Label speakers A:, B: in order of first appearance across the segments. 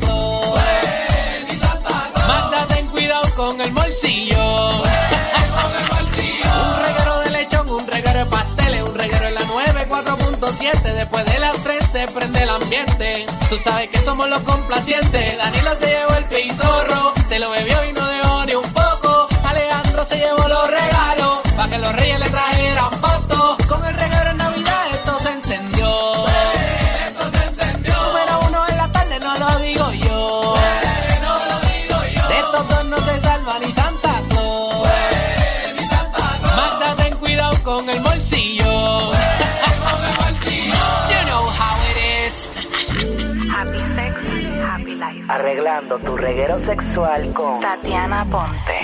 A: Claus. Magda, ten cuidado con el morcillo. un reguero de lechón, un reguero de pasteles, un reguero en la 9, 4.7. Después de las 3 se prende el ambiente. Tú sabes que somos los complacientes. Danilo se llevó el pintorro, se lo bebió y no dejó ni un poco. Alejandro se llevó los regalos, para que los reyes le trajeran fotos. Con el reguero en Navidad esto se encendió. Esto se encendió. Número uno en la tarde, no lo digo yo. De estos dos no se salva ni Santa Claus. Magda, ten cuidado con el bolsillo. You know how it is.
B: Happy Sex, Happy Life.
C: Arreglando tu reguero sexual con
B: Tatiana Ponte.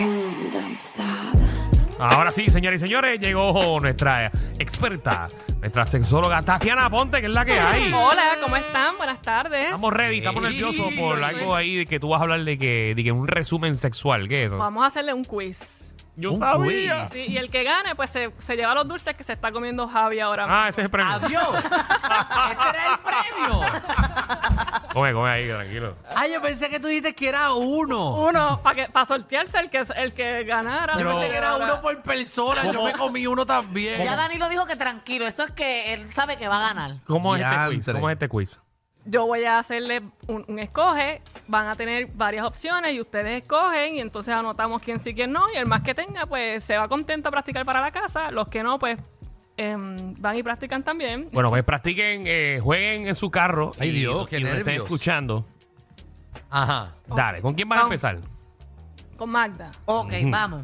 D: Ahora sí, señores y señores, llegó nuestra experta, nuestra sexóloga Tatiana Ponte, que es la que hay.
E: Hola, ¿cómo están? Buenas tardes.
D: Estamos ready, estamos nerviosos por algo ahí de que tú vas a hablar de que, de que un resumen sexual, ¿qué es eso?
E: Vamos a hacerle un quiz.
D: Yo
F: Un
D: sabía.
E: Sí, y el que gane, pues se, se lleva los dulces que se está comiendo Javi ahora mismo.
D: Ah, ese es el premio.
F: Yo. este era el premio.
D: Come, come ahí, tranquilo.
F: Ay, yo pensé que tú dijiste que era uno.
E: Uno, para para sortearse el que, el que ganara.
F: Yo
D: Pero-
F: pensé que era uno por persona. Yo me comí uno también.
G: Ya Danilo dijo que tranquilo, eso es que él sabe que va a ganar.
D: ¿Cómo es este quiz?
F: Diantre.
D: ¿Cómo es este quiz?
E: Yo voy a hacerle un, un escoge. Van a tener varias opciones y ustedes escogen y entonces anotamos quién sí, quién no. Y el más que tenga, pues se va contento a practicar para la casa. Los que no, pues em, van y practican también.
D: Bueno, pues practiquen, eh, jueguen en su carro.
F: Ay, Dios, qué
D: y nos estén
F: nervios.
D: escuchando.
F: Ajá.
D: Dale, ¿con quién vas a
E: Vamos.
D: empezar?
E: Con Magda.
G: Ok, vamos.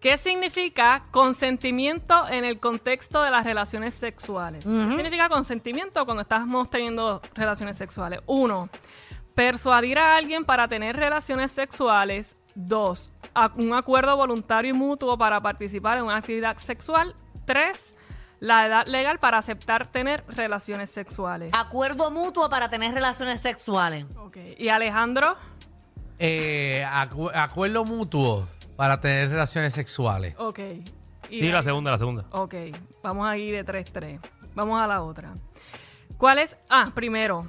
E: ¿Qué significa consentimiento en el contexto de las relaciones sexuales? ¿Qué significa consentimiento cuando estamos teniendo relaciones sexuales? Uno, persuadir a alguien para tener relaciones sexuales. Dos, a- un acuerdo voluntario y mutuo para participar en una actividad sexual. Tres, la edad legal para aceptar tener relaciones sexuales.
G: Ah. Acuerdo mutuo para tener relaciones sexuales.
E: Ok. ¿Y Alejandro?
F: Eh, acu- acuerdo mutuo para tener relaciones sexuales.
E: Ok. Y
D: Sí, la
E: Dani.
D: segunda, la segunda.
E: Ok, vamos a ir de 3-3. Vamos a la otra. ¿Cuál es? Ah, primero.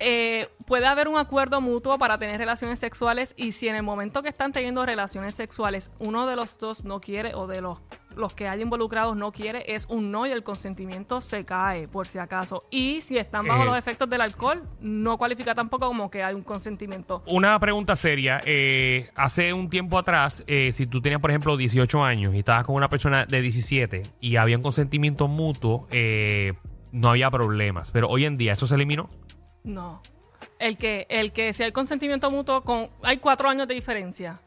E: eh, puede haber un acuerdo mutuo para tener relaciones sexuales y si en el momento que están teniendo relaciones sexuales uno de los dos no quiere o de los, los que hay involucrados no quiere, es un no y el consentimiento se cae por si acaso. Y si están bajo
D: Eh.
E: los efectos del alcohol, no cualifica tampoco como que hay un consentimiento.
D: Una pregunta seria. eh, hace un tiempo atrás, eh, si tú tenías, por ejemplo, 18 años y estabas con una persona de 17 y había un consentimiento mutuo, eh, no había problemas. Pero hoy en día, ¿eso se eliminó?
E: No. El que, el que si hay consentimiento mutuo, con, hay cuatro años de diferencia.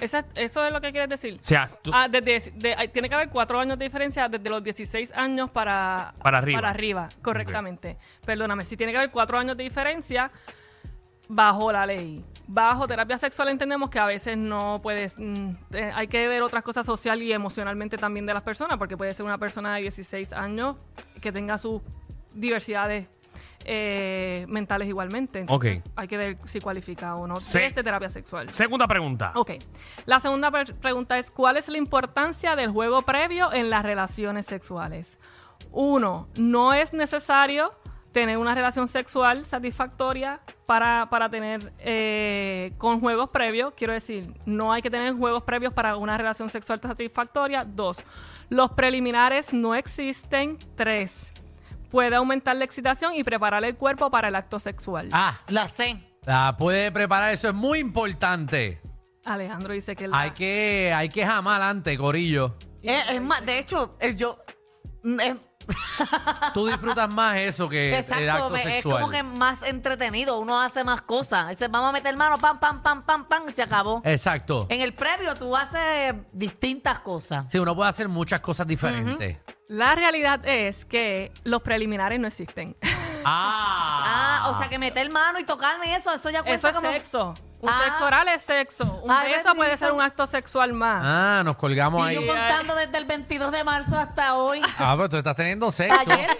E: Esa- eso es lo que quieres decir.
D: O sea, tú-
E: Ah, desde, de- ay, tiene que haber cuatro años de diferencia desde los 16 años para,
D: Para arriba.
E: correctamente. Perdóname, si tiene que haber cuatro años de diferencia bajo la ley. Bajo terapia sexual entendemos que a veces no puedes, mm, eh, hay que ver otras cosas social y emocionalmente también de las personas, porque puede ser una persona de 16 años que tenga sus diversidades eh, mentales igualmente. Entonces,
D: Ok.
E: Hay que ver si cualifica o no
D: Sí.
E: desde terapia sexual.
D: segunda pregunta.
E: Ok. La segunda per- pregunta es: ¿Cuál es la importancia del juego previo en las relaciones sexuales? Uno, no es necesario tener una relación sexual satisfactoria para, para tener eh, con juegos previos. Quiero decir, no hay que tener juegos previos para una relación sexual satisfactoria. Dos, los preliminares no existen. Tres, puede aumentar la excitación y preparar el cuerpo para el acto sexual.
F: Ah,
G: La C.
F: la puede preparar. Eso es muy importante.
E: Alejandro dice que... la-
F: Hay que, hay que jamar antes, Corillo.
G: Eh, es más, de hecho, eh, yo. mm, eh,
F: Tú disfrutas más eso que el
G: exacto,
F: acto
G: me- es
F: sexual.
G: como que más entretenido, uno hace más cosas. Dice, vamos a meter mano, pam, pam, pam, pam, pam, y se acabó.
F: Eh. Exacto.
G: En el previo tú haces distintas cosas.
F: Sí, uno puede hacer muchas cosas diferentes.
E: La realidad es que los preliminares no existen.
F: Ah.
G: Ah, o sea que meter mano y tocarme y eso, eso ya
E: Eso
G: cuenta
E: es
G: como.
E: sexo. Un
G: Ah.
E: sexo oral es sexo. Un
G: Ay,
E: beso
G: bendito.
E: puede ser un acto sexual más.
F: Ah, nos colgamos
G: Y
F: ahí.
G: yo contando desde el 22 de marzo hasta hoy.
F: Ah, pero tú estás teniendo sexo.
G: Ayer.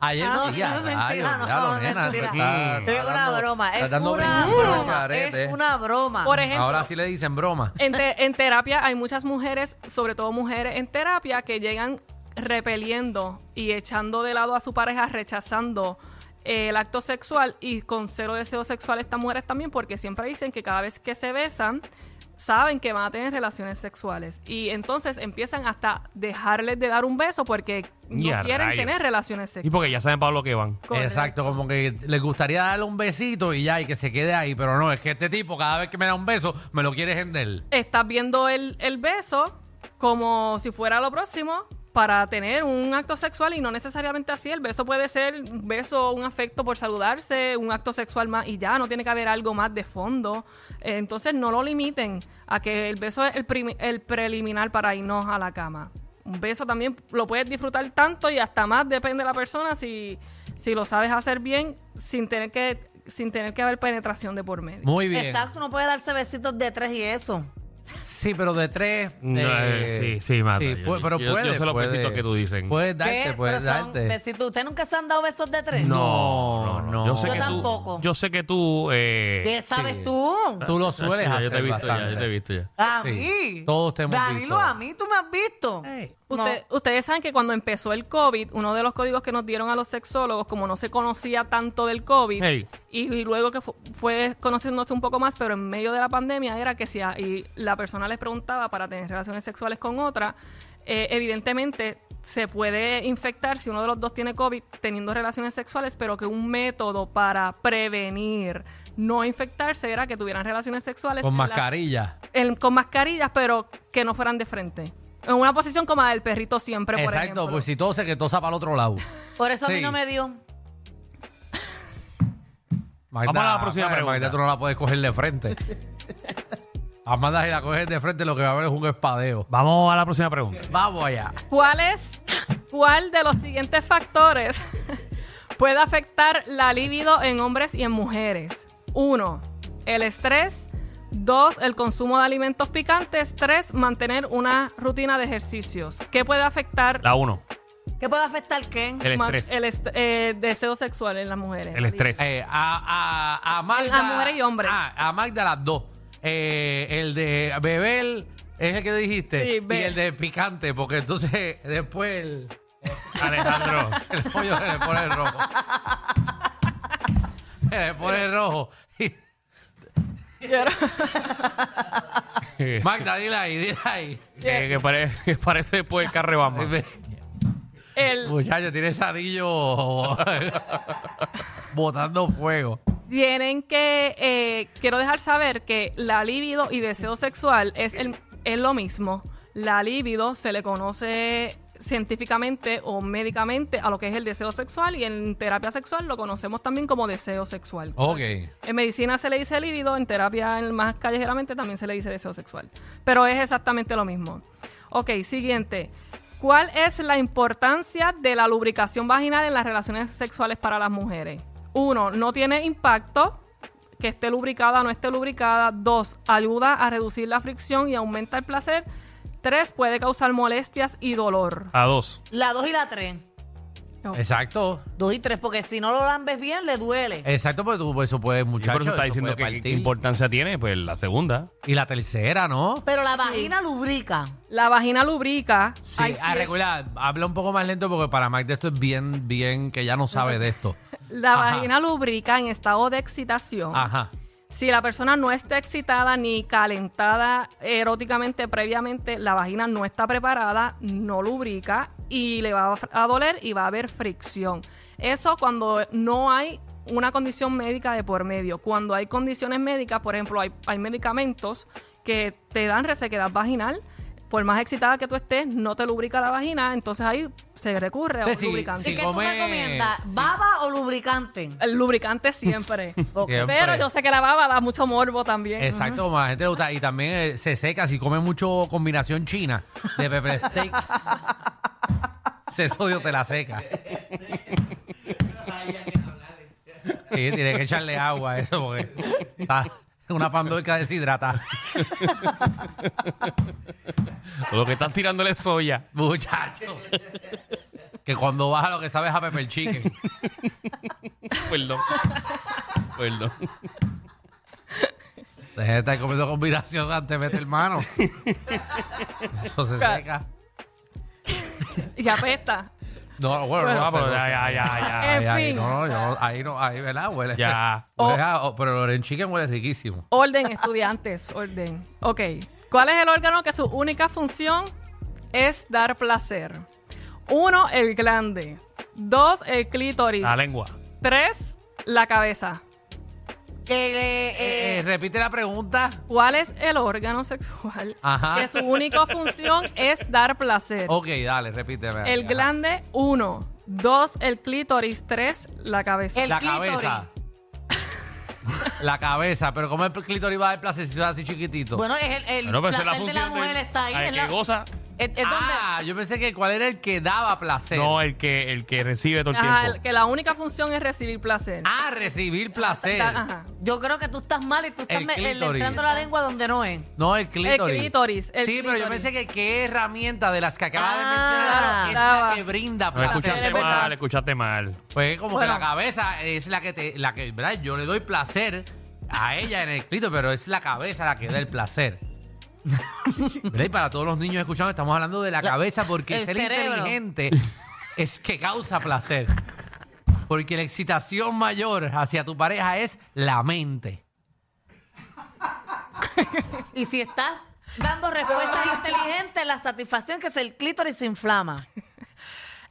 F: Ayer
G: Ah,
F: sí, ya,
G: no, mentira,
F: rayos,
G: no,
F: ya lo,
G: no,
F: nena, pues,
G: mentira.
F: tú estás-
D: Mm.
G: Es
F: estás
G: una
F: dando-
G: broma. Es
F: estás dando
G: una
F: brinco al
G: broma.
F: garete.
G: Es una broma.
E: Por ejemplo,
F: Ahora sí le dicen broma.
E: en, te- en terapia hay muchas mujeres, sobre todo mujeres en terapia, que llegan repeliendo y echando de lado a su pareja, rechazando eh, el acto sexual y con cero deseo sexual estas mujeres también, porque siempre dicen que cada vez que se besan, saben que van a tener relaciones sexuales y entonces empiezan hasta dejarles de dar un beso porque
D: Y
E: no
D: a
E: quieren
D: rayos.
E: tener relaciones
D: Y
E: sexuales.
D: porque ya saben para lo que van.
E: Correcto.
F: Exacto, como que les gustaría darle un besito y ya, y que se quede ahí, pero no, es que este tipo cada vez que me da un beso, me lo quiere gender.
E: estás viendo el, el beso como si fuera lo próximo para tener un acto sexual y no necesariamente así. El beso puede ser un beso, un afecto por saludarse, un acto sexual más y ya, no tiene que haber algo más de fondo. Eh, Entonces no lo limiten a que el beso es el, primi- el preliminar para irnos a la cama. Un beso también lo puedes disfrutar tanto y hasta más depende de la persona si, si lo sabes hacer bien sin tener que sin tener que haber penetración de por medio.
F: Muy bien.
G: Exacto, no puede darse besitos de tres y eso.
F: Sí, pero de tres.
D: No, eh, sí, sí, mata.
F: Sí,
D: Yo-
F: pu- pero
D: yo- yo
F: puede.
D: sé los
F: puede.
D: besitos que tú dicen.
F: Puedes darte,
G: ¿Qué?
F: puedes
G: Pero son
F: darte.
G: besitos. ¿Ustedes nunca se han dado besos de tres?
F: No, no.
D: Yo sé
G: Yo
D: que
G: tampoco.
D: tú. Yo sé que tú. eh,
G: ¿Qué sabes
F: sí.
G: tú?
F: Tú lo sueles
D: ya,
F: hacer.
D: Yo te he visto ya,
F: bastante.
D: yo te he visto ya.
G: A
F: Sí,
G: mí.
F: todos te hemos
G: Danilo,
F: visto.
G: a mí tú me has visto. No.
E: Usted- Ustedes saben que cuando empezó el COVID, uno de los códigos que nos dieron a los sexólogos, como no se conocía tanto del COVID,
D: Hey.
E: y, y luego que fu- fue conociéndose un poco más, pero en medio de la pandemia era que si a- y la persona les preguntaba para tener relaciones sexuales con otra, eh, evidentemente se puede infectar si uno de los dos tiene COVID teniendo relaciones sexuales, pero que un método para prevenir no infectarse era que tuvieran relaciones sexuales
F: Con
E: en las-
F: mascarilla.
E: en- con mascarillas, pero que no fueran de frente. En una posición como la del perrito siempre, por
F: Exacto,
E: ejemplo.
F: pues si todo se que tosa para el otro lado.
G: Por eso a
F: Sí.
G: mí no me dio.
F: Magda,
D: Vamos a la próxima
F: Magda,
D: pregunta.
F: Magda, tú no la puedes coger de frente. Amanda, si la coges de frente, lo que va a haber es un espadeo.
D: Vamos a la próxima pregunta.
F: Vamos allá.
E: ¿Cuál es, cuál de los siguientes factores puede afectar la libido en hombres y en mujeres? Uno, el estrés. Dos, el consumo de alimentos picantes. Tres, mantener una rutina de ejercicios. ¿Qué puede afectar
D: La uno,
G: ¿Qué puede afectar qué?
D: el
E: ma-
D: estrés.
E: el
D: El,
E: est- eh, deseo sexual en las mujeres? la libido?
D: estrés.
F: Eh, a, a, a Magda.
E: A mujeres y hombres.
F: Ah, a Magda las dos. Eh, el de beber es el que dijiste.
E: Sí,
F: y
E: be-
F: el de picante, porque entonces después el,
D: Alejandro.
F: el pollo se le pone rojo. se le pone rojo.
D: Eh,
F: Magda, dile ahí, dile ahí.
D: que, que pare- que parece después el carrebamba.
E: El-
F: Muchacho, tiene ese anillo botando fuego.
E: tienen que eh, quiero dejar saber que la libido y deseo sexual es el- es lo mismo. La libido se le conoce científicamente o médicamente a lo que es el deseo sexual y en terapia sexual lo conocemos también como deseo sexual.
F: Ok.
E: En medicina se le dice líbido, en terapia en- más callejeramente también se le dice deseo sexual. Pero es exactamente lo mismo. Ok, siguiente. ¿Cuál es la importancia de la lubricación vaginal en las relaciones sexuales para las mujeres? Uno, no tiene impacto que esté lubricada o no esté lubricada. Dos, ayuda a reducir la fricción y aumenta el placer. Tres, puede causar molestias y dolor.
D: A dos.
G: La 2 y la 3.
F: Exacto.
G: 2 y 3, porque si no lo lambes bien, le duele.
F: Exacto, porque tú, eso puede,
D: Yo
F: muchacho.
D: por eso está
F: eso
D: diciendo
F: puede
D: que- que,
F: partir.
D: qué importancia tiene, pues la segunda.
F: Y la tercera, ¿no?
G: Pero la vagina lubrica.
E: La vagina lubrica.
F: Sí,
E: Hay
F: ah,
E: cier-
F: recuerda, habla un poco más lento porque para Mike de esto es bien, bien que ya no sabe de esto.
E: La
F: Ajá.
E: vagina lubrica en estado de excitación.
F: Ajá.
E: Si la persona no está excitada ni calentada eróticamente previamente, la vagina no está preparada, no lubrica y le va a fr- a doler y va a haber fricción. Eso cuando no hay una condición médica de por medio. Cuando hay condiciones médicas, por ejemplo, hay, hay medicamentos que te dan resequedad vaginal. Por más excitada que tú estés, no te lubrica la vagina, entonces ahí se recurre a un
F: Sí, sí,
E: lubricante.
F: sí.
G: ¿Y qué
F: come-
G: tú recomiendas? ¿Baba o lubricante?
E: El lubricante siempre.
G: Ok.
F: Siempre.
E: Pero yo sé que la baba da mucho morbo también.
F: Exacto, como a la gente le gusta. Y también eh, se seca si come mucho combinación china de pepper steak. Ese sodio te la seca. Sí, tiene que echarle agua a eso porque está, Una pandorca deshidratada.
D: Lo que estás tirándole es soya.
F: Muchacho. Que cuando baja lo que sabes a pepper chicken.
D: Perdón. Perdón.
F: Deja de estar comiendo combinación antes de meter mano. Eso se
E: Claro.
F: seca.
E: Y apesta.
F: No, bueno,
E: Bueno,
F: no,
D: Ah, pero
F: se-
D: ya, ya, ya, ya.
E: En
F: Ay, ahí,
E: fin.
F: no, no, yo no- ahí no, ahí, ¿verdad? Huele.
D: Ya.
F: Huele a- o- pero el orange chicken huele riquísimo.
E: Orden, estudiantes, orden. Ok. ¿Cuál es el órgano que su única función es dar placer? Uno, el glande. Dos, el clítoris.
D: La lengua.
E: Tres, la cabeza.
G: Que, eh, eh,
F: Eh, repite la pregunta.
E: ¿Cuál es el órgano sexual
F: Ajá.
E: que su única función es dar placer?
F: Ok, dale, repíteme.
E: El
F: Ajá.
E: glande, uno. Dos, el clítoris. Tres, la cabeza.
G: El
F: La
G: clítoris.
F: cabeza. la cabeza. Pero como el clítoris va a dar placer si es así chiquitito.
G: Bueno, es el, el
D: Bueno, pero esa es la
G: placer de la
D: función.
G: mujer está ahí.
D: Ay,
G: es
D: que
G: la-
D: goza.
G: es- es donde-
F: ah, yo pensé que cuál era el que daba placer.
D: No, el que, el que recibe todo el
E: Ajá, Ah, el-
D: tiempo.
E: que la única función es recibir placer.
F: Ah, recibir placer.
E: Da- ajá.
G: Yo creo que tú estás mal y tú estás
F: El
G: me- el-
F: clítoris.
G: entrando la lengua donde no es.
F: No, el clítoris.
E: El clítoris, el
F: sí, pero yo
E: clítoris.
F: pensé que qué herramienta de las que acabas de
G: Ah,
F: mencionar es
E: daba.
F: la que brinda
D: No,
F: placer.
D: escuchaste
E: es verdad.
D: mal, escuchaste mal.
F: Pues como
E: Bueno.
F: que la cabeza es la que te, la que, ¿verdad? Yo le doy placer a ella en el escrito, pero es la cabeza la que da el placer. ¿Verdad? Y para todos los niños escuchando, estamos hablando de la, cabeza porque
G: el
F: ser
G: cerebro.
F: inteligente es que causa placer. Porque la excitación mayor hacia tu pareja es la mente.
G: Y si estás dando respuestas inteligentes, la satisfacción que es el clítoris se inflama.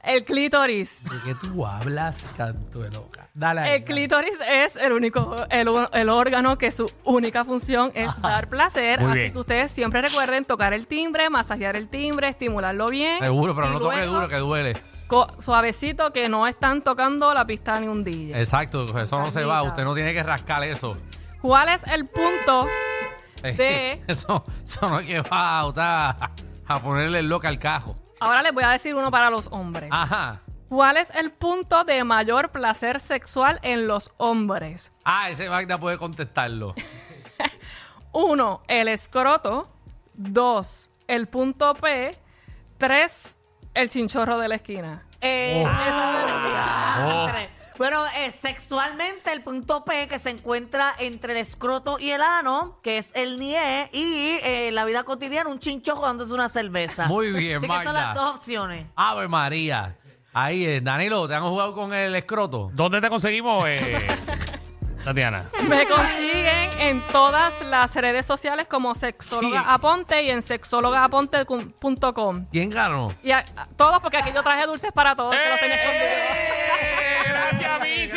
E: El clítoris.
F: ¿De qué tú hablas, canto de loca? Dale. ahí,
E: El
F: dale.
E: clítoris es el único, el, o- el órgano que su única función es dar placer.
D: Muy
E: así
D: bien.
E: que ustedes siempre recuerden tocar el timbre, masajear el timbre, estimularlo bien.
F: Seguro, pero
E: Y
F: no toque
E: luego,
F: duro, que duele.
E: co- Suavecito, que no están tocando la pista ni un DJ.
F: Exacto, eso no se va.
E: Carlita.
F: Usted no tiene que rascar eso.
E: ¿Cuál es el punto? De-
F: Eh, Eso, eso no es que va a, a- a ponerle loca al cajo.
E: Ahora les voy a decir uno para los hombres.
F: Ajá.
E: ¿Cuál es el punto de mayor placer sexual en los hombres?
F: Ah, ese Magda puede contestarlo.
E: Uno, el escroto. Dos, el punto P. Tres, el chinchorro de la esquina.
G: Eh,
D: Oh.
G: Entre- Bueno, eh, sexualmente el punto P que se encuentra entre el escroto y el ano, que es el nie, y eh, la vida cotidiana, un chinchojo dándose una cerveza.
F: Muy bien,
G: Así que son
F: Magda.
G: las dos opciones.
F: Ave María. Ahí es. Danilo, ¿te han jugado con el escroto?
D: ¿Dónde te conseguimos, eh, Tatiana?
E: Me consiguen en todas las redes sociales como Sexóloga
F: Sí.
E: Aponte y en sexólogaaponte.com.
F: ¿Quién ganó?
E: Y a, a todos, porque aquí yo traje dulces para todos que los tenía escondidos.
D: ¡Eh! ¡Gracias, Missy!